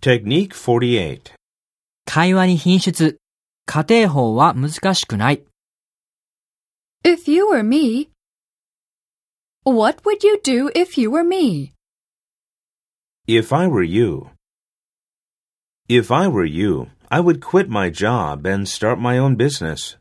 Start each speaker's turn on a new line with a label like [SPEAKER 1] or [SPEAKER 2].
[SPEAKER 1] Technique 48.
[SPEAKER 2] 会話に品質。仮定法は難しくない。
[SPEAKER 3] If you were me, what would you do if you were me?
[SPEAKER 1] If I were you. If I were you, I would quit my job and start my own business.